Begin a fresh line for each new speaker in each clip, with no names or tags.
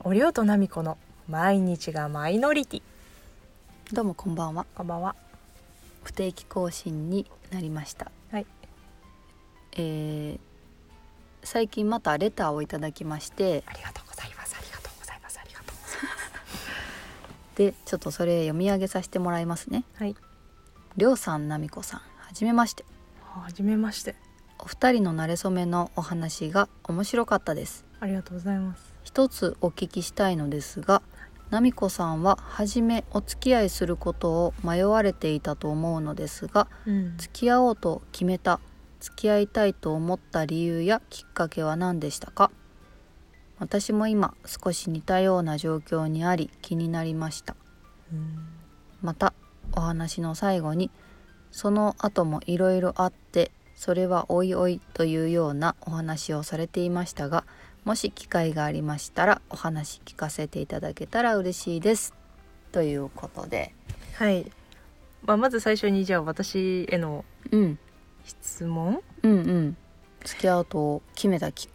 おりょうとなみこの毎日がマイノリティ
どうもこんばんは
こんばんは
不定期更新になりました
はい
えー最近またレターをいただきまして
ありがとうございますありがとうございますありがとうござい
でちょっとそれ読み上げさせてもらいますね
ますはい
りょうさんなみこさんはじめまして
はじめまして
お二人の馴れ初めのお話が面白かったです
ありがとうございます
一つお聞きしたいのですがなみこさんは初めお付き合いすることを迷われていたと思うのですが
うん
付き合おうと決めた付き合いたいと思った理由やきっかけは何でしたか私も今少し似たような状況にあり気になりましたまたお話の最後にその後もいろいろあってそれはおいおいというようなお話をされていましたがもし機会がありましたらお話聞かせていただけたら嬉しいですということで
はいまあまず最初にじゃあ私への
うん
質問
うんうん付き合うと決めたき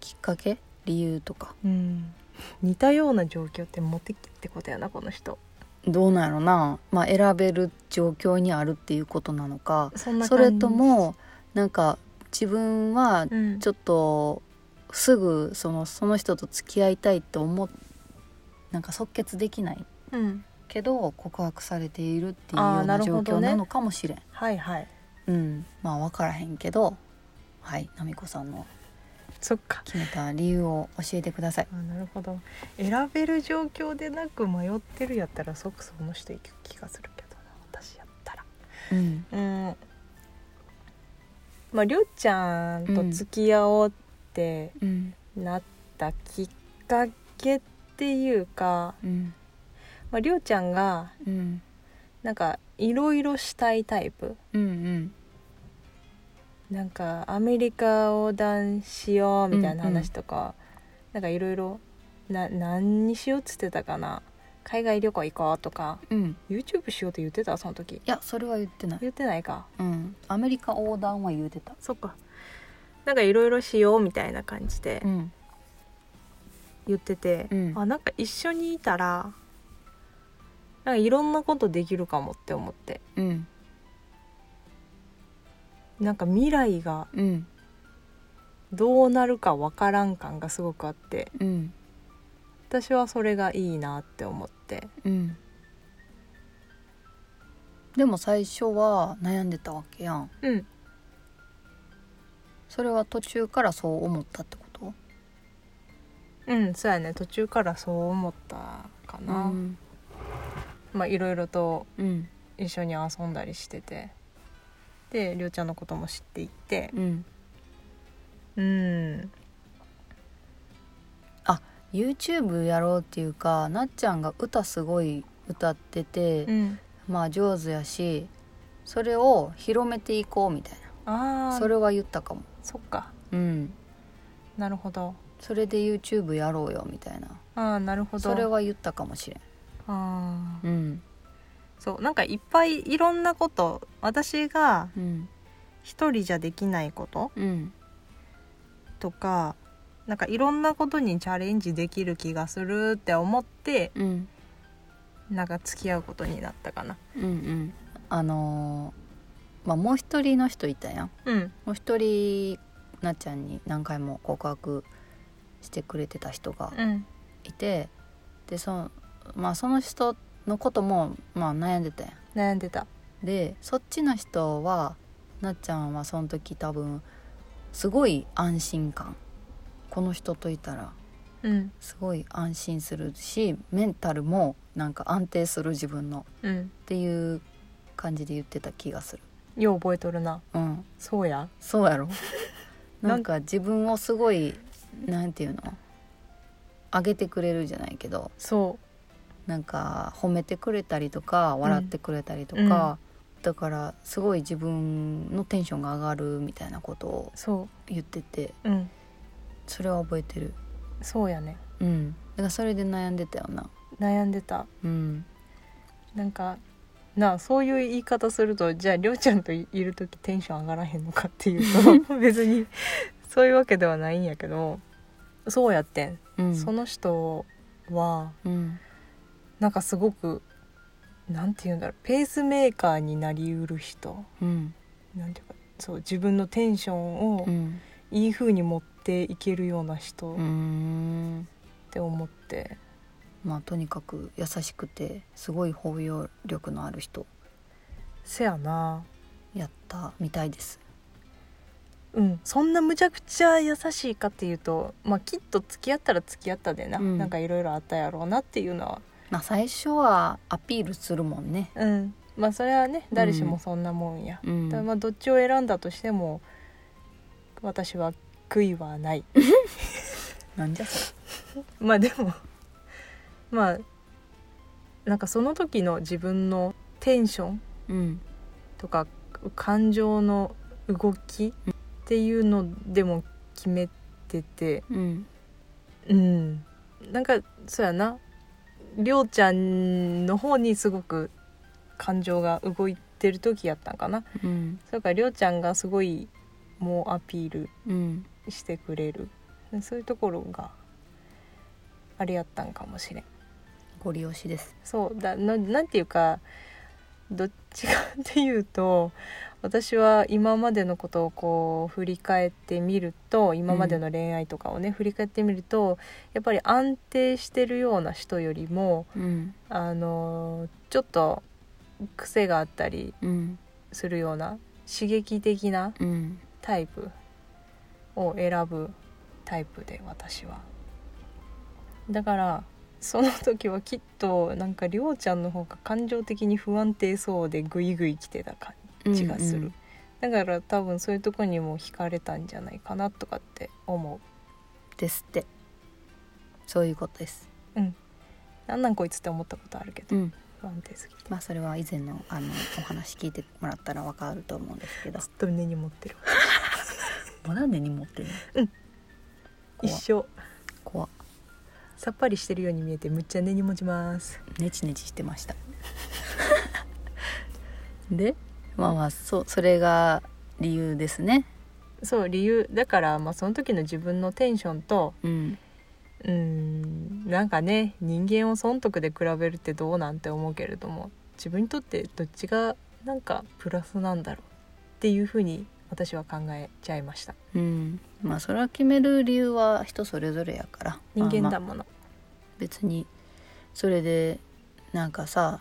きっかけ理由とか
うん似たような状況ってモテ期ってことやなこの人
どうなんやろな、まあ、選べる状況にあるっていうことなのか
そんな
そ
感
れ
じ
ともなんか自分は
うん
ちょっとすぐそのその人と付き合いたいと思っなんか即決できない
うん
けど告白されているっていう
あー
よう
な
な
る
状
ほど
況
ね
なのかもしれん、
はいはい
うんまあ分からへんけどはいなみこさんの
そっか
決めた理由を教えてください
あなるほど選べる状況でなく迷ってるやったら即その人行く気がするけどな私やったら
うん
うんまありょうちゃんと付き合おうって
うん
なったきっかけっていうか、
うん
まあ、りょうちゃんが
うん
なんかいろいろしたいタイプ
うん
なんかアメリカ横断しようみたいな話とか、なんかいろいろな何にしようっつってたかな海外旅行行こうとか
うん
YouTube しようって言ってたその時
いやそれは言ってない
言ってないか
うんアメリカ横断は言うてた
そっかなんかいろいろしようみたいな感じで
ん
言ってて、
うん
あなんか一緒にいたらなんかいろんなことできるかもって思って
うん
なんか未来が
うん
どうなるかわからん感がすごくあって
うん
私はそれがいいなって思って
うんでも最初は悩んでたわけやん
うん
それは途中からそう思ったってこと
うんそうやね途中からそう思ったかな、
うん
まあいろいろと
うん
一緒に遊んだりしててでりょうちゃんのことも知っていって
うん
うん、
YouTube やろうっていうかなっちゃんが歌すごい歌ってて、
うん、
まあ上手やしそれを広めていこうみたい
あ
な
あ
それは言ったかも
そっか
うん
なるほど
それで YouTube やろうよみたいな
ああなるほど
それは言ったかもしれん
あー
うん
そうなんかいっぱいいろんなこと私が
うん
一人じゃできないこと
うん
とかなんかいろんなことにチャレンジできる気がするって思って
うん
なんか付き合うことになったかな
うんうんあのーまあもう一人の人いたやん
うん
もう一人なっちゃんに何回も告白してくれてた人が
うん
いてでその,、まあ、その人のことも、まあ、悩んでたや
悩んでた
んでそっちの人はなっちゃんはその時多分すごい安心感この人といたら
うん
すごい安心するしメンタルもなんか安定する自分の
うん
っていう感じで言ってた気がする
よう覚えとるな
うん
そうや
そ うやろ
なん
なんか自分をすごいなんていうの上げてくれるじゃないけど
そ
なんか褒めてくれたりとか笑ってくれたりとか、だからすごい自分のテンションが上がるみたいなことを
うそ
言ってて
ううん
それは覚えてる
そうやね
うんだからそれで悩んでたよな
悩んでた
うん
なんかなあそういう言い方するとじゃありょうちゃんといいる時テンション上がらへんのかっていうと別にそういうわけではないんやけどそうやってん、
うん
その人は
うん
なんかすごくなんて言うんだろうペースメーカーになりうる人
うん
なんていうかそう自分のテンションを
うん
いい風に持っていけるような人
う
っ
ーん
て思って、
まあとにかく優しくてすごい包容力のある人
せやな
やったみたいです
うんそんなむちゃくちゃ優しいかっていうとまあきっと付き合ったら付き合ったでな、
うん
なんかいろいろあったやろうなっていうのは
まあ最初はアピールするもんね
うんまあそれはね誰しもそんなもんや、
うん
ただまあどっちを選んだとしても私は悔いはない
なんじゃそ
まあでもまあなんかその時の自分のテンション
れうん
とか感情の動きっていうのでも決めてて
うん
うんなんかそうやなりょうちゃんの方にすごく感情が動いてる時やったんかな
うん
それからりょうちゃんがすごいもうアピール
うん
してくれるそういうところがあれやったんかもしれん
ご利用しです
そうだななんていうかどっちかっていうと私は今までのことをこう振り返ってみると今までの恋愛とかをね、振り返ってみるとやっぱり安定してるような人よりも
うん
あのちょっと癖があったり
うん
するような刺激的な
うん
タイプを選ぶタイプで私はだからその時はきっとなんかりょうちゃんの方が感情的に不安定そうでグイグイ来てた感じがする、
うん
だから多分そういうとこにも惹かれたんじゃないかなとかって思
ですってそういうことです
うなんなんこいつって思ったことあるけど
うん
不安定すぎて
まあそれは以前のあのお話聞いてもらったらわかると思うんですけど
ずっと胸に持ってる
もう何でに持ってる
う
の
ん一生
怖っ怖っ
さっぱりしてるように見えてむっちゃ根に持ちます
ネチネチしてました でまあまあそうそれが理由ですね
そう理由だからまあその時の自分のテンションと
うん
うーんなんかね人間を損得で比べるってどうなんて思うけれども自分にとってどっちがなんかプラスなんだろうっていうふうに私は考えちゃいました
うんまあそれは決める理由は人それぞれやから
人
ま
間
あま
だ
あ
もの、
別にそれでなんかさ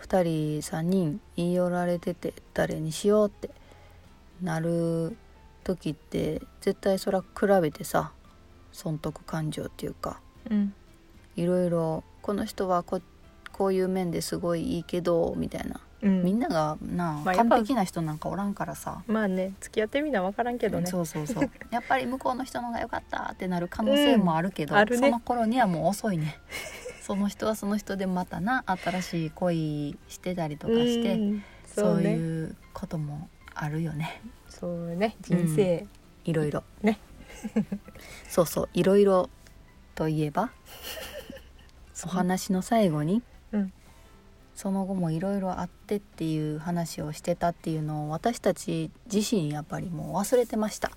2人3人言い寄られてて誰にしようってなる時って絶対そら比べてさ損得感情っていうか
うん
いろいろこの人はここういう面ですごいいいけどみたいな、
うん、
みんながな
まあやっ
完
ぱ
璧な人なんかおらんからさ、
まあね付き合ってみな分からんけどね
そうそうそう やっぱり向こうの人の方が良かったってなる可能性もあるけど、
うんあるね
その頃にはもう遅いね その人はその人でまたな新しい恋してたりとかして、
うん
そ
そう
う
ね
いうこともあるよね
そうね人生、
いろいろ
ね
そうそういろいろといえ ば
そ
お
う
話の最後に、
うん
その後もいろいろあってっていう話をしてたっていうのを私たち自身やっぱりもう忘れてました。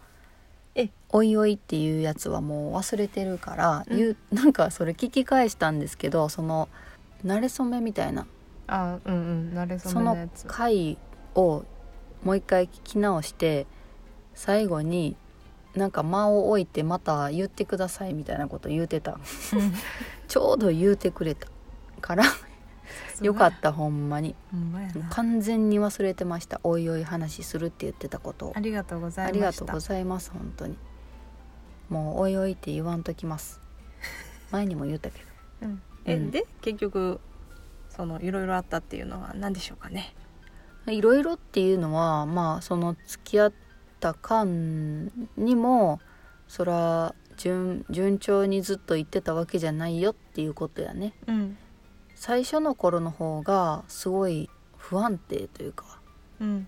え
おいおいっていうやつはもう忘れてるから、
うん
言うなんかそれ聞き返したんですけどその慣れ初めみたいな
あうんうん慣れ
その回をもう一回聞き直して最後になんか間を置いてまた言ってくださいみたいなこと言うてたちょうど言うてくれたからよかったほんまに
ほんまやな
完全に忘れてましたおいおい話するって言ってたことを
ありがとうござ
あ
い
り
ま
が
した
とうございます本当にもうおいおいって言わんときます前にも言ったけ
う
ど
んえ、
うん
で結局そのいろいろあったっていうのは何でしょうかね
いろいろっていうのはまあその付き合った間にもそら順順調にずっと言ってたわけじゃないよっていうことやね
うん
最初の頃の方がすごい不安定というか
うん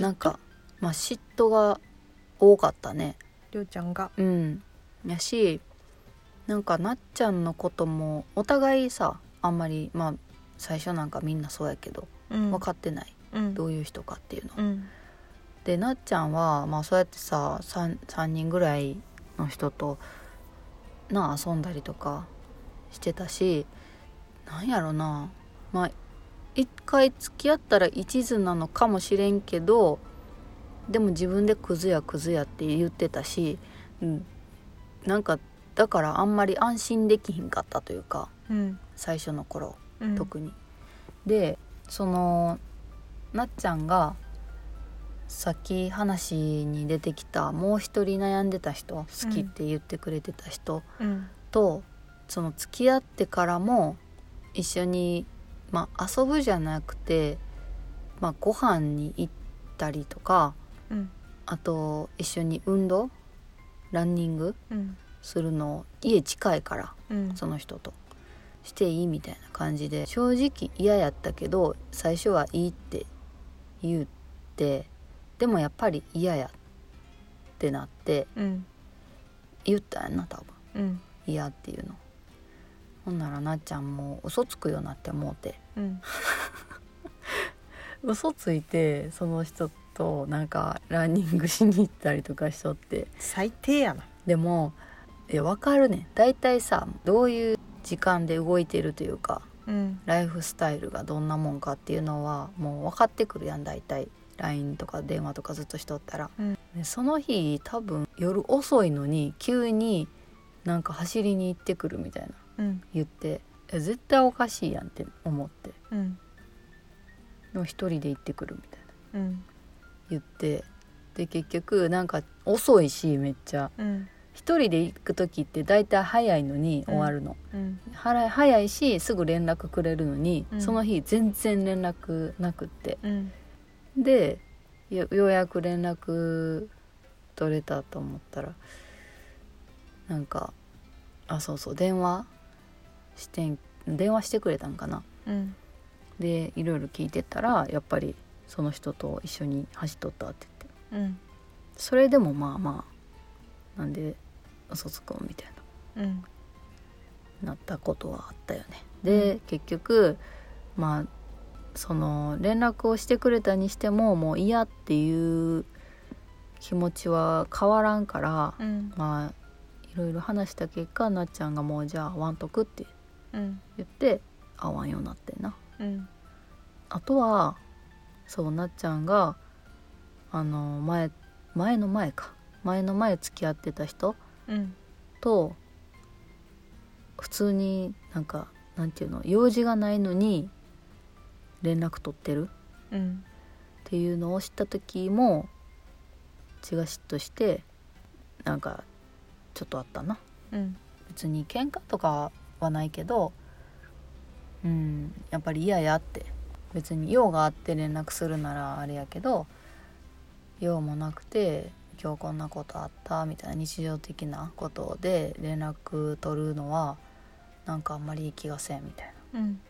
なんかまあ嫉妬が多かったね
りょうちゃんが
うんやしなんかなっちゃんのこともお互いさあんまりまあ最初なんかみんなそうやけど分
分
かってない、
うん
どういう人かっていうの
うん
でなっちゃんは、まあ、そうやってさ 3, 三人ぐらいの人となあ遊んだりとかしてたしなんやろなまあ一回付き合ったら一途なのかもしれんけどでも自分でクズやクズやって言ってたし、うん、なんかだからあんまり安心できひんかったというか
うん
最初の頃。
うん
特に。でそのなっちゃんがさっき話に出てきたもう一人悩んでた人好きって言ってくれてた人
うん
と、その付き合ってからも一緒に、まあ、遊ぶじゃなくて、まあ、ご飯に行ったりとか
うん
あと一緒に運動ランニング
うん
するのを家近いから
うん
その人としていいみたいな感じで正直嫌やったけど最初はいいって言ってでもやっぱり嫌やってなって
うん
言ったんやな多分
うん
嫌っていうのほんならなっちゃんも嘘つくようになってもうて
うん
嘘ついてその人となんかランニングしに行ったりとかしとって
最低やな
でもいや分かるねん大体さどういう時間で動いてるというか
うん
ライフスタイルがどんなもんかっていうのはもう分かってくるやん大体 LINE とか電話とかずっとしとったら、
うん
でその日多分夜遅いのに急になんか走りに行ってくるみたいな
うん
言ってえ絶対おかしいやんって思って
うん
でも一人で行ってくるみたいな
うん
言ってで結局なんか遅いしめっちゃ
うん
一人で行く時って大体早いのに終わるの、
うん
はら早いしすぐ連絡くれるのに、
うん
その日全然連絡なくって
うん
でよようやく連絡取れたと思ったらなんかあそうそう電話してん電話してくれたんかな
うん
でいろいろ聞いてたらやっぱりその人と一緒に走っとったって言って
うん
それでもまあまあなんで嘘つくんみたいな
うん
なったことはあったよね。で、結局まあその連絡をしてくれたにしてももう嫌っていう気持ちは変わらんから、
うん
まあいろいろ話した結果なっちゃんがもうじゃあ会わんとくって
うん
言って会わんようになってんな。
うん
あとはそうなっちゃんがあの前前の前か前の前付き合ってた人
うん
と普通になんかなんていうの用事がないのに連絡取ってる
うん
っていうのを知った時も血が嫉妬してなんかちょっとあったな
うん
別に喧嘩とかはないけどうんやっぱり嫌やって別に用があって連絡するならあれやけど用もなくて今日こんなことあったみたいな日常的なことで連絡取るのはなんかあんまり気がせんみたいな
うん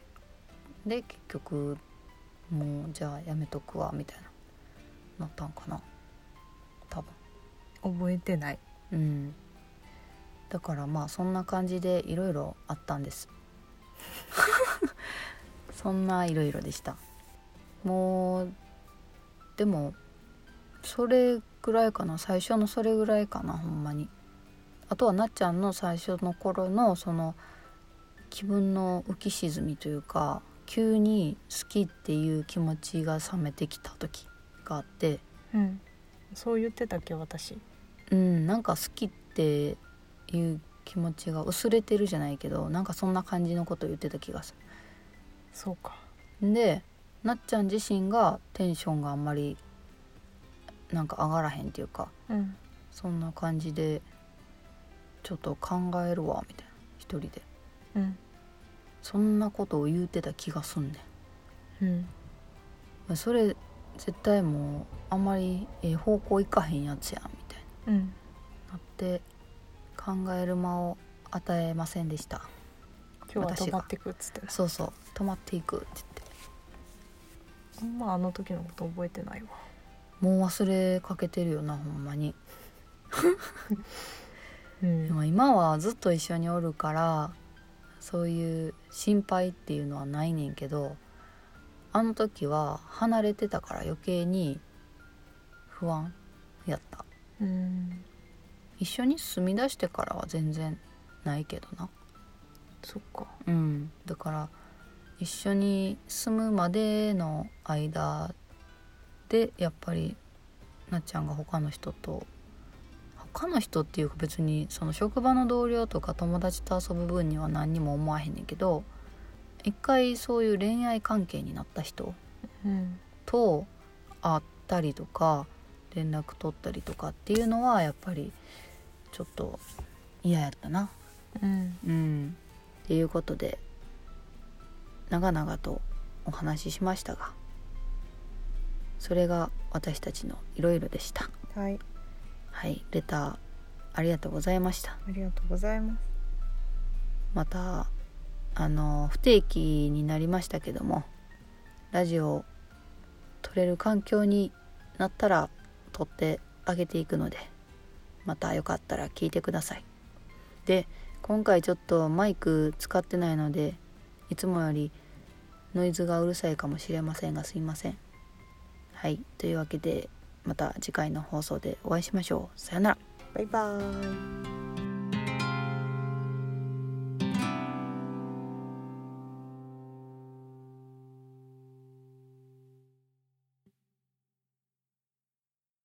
で結局もうじゃあやめとくわみたいななったんかな多分
覚えてない
うんだからまあそんな感じでいろいろあったんです そんないろいろでしたもうでもそれぐらいかな最初のそれぐらいかなほんまにあとはなっちゃんの最初の頃のその気分の浮き沈みというか急に好きっていう気持ちが冷めてきた時があって、
うんそう言ってたっけ私
うん、なんか好きっていう気持ちが薄れてるじゃないけどなんかそんな感じのこと言ってた気がす
そうか
るでなっちゃん自身がテンションがあんまりなんか上がらへんっていうか
うん
そんな感じでちょっと考えるわみたいな一人で
うん
そんなことを言うてた気がすんね
うん
んそれ絶対もうあんまりええ方向いかへんやつやんみたい
うん
になって考える間を与えませんでした
今日は
私が
止まってくっつってな
そうそう止まっていくって言って
ほんまあの時のこと覚えてないわ
もう忘れかけてるよなほんまに
うん
でも今はずっと一緒におるからそういう心配っていうのはないねんけどあの時は離れてたから余計に不安やった
うん
一緒に住み出してからは全然ないけどな
そっか
うん、だから一緒に住むまでの間でやっぱりなっちゃんが他の人と他の人っていうか別にその職場の同僚とか友達と遊ぶ分には何にも思わへんねんけど一回そういう恋愛関係になった人
うん
と会ったりとか連絡取ったりとかっていうのはやっぱりちょっと嫌やったな。
うん
うん、っていうことで長々とお話ししましたがそれが私たちのいろいろでした
はい
はいレターありがとうございました
ありがとうございます
またあの不定期になりましたけどもラジオを撮れる環境になったら撮ってあげていくのでまたよかったら聞いてくださいで今回ちょっとマイク使ってないのでいつもよりノイズがうるさいかもしれませんがすいませんはいというわけでまた次回の放送でお会いしましょうさよなら
バイバーイ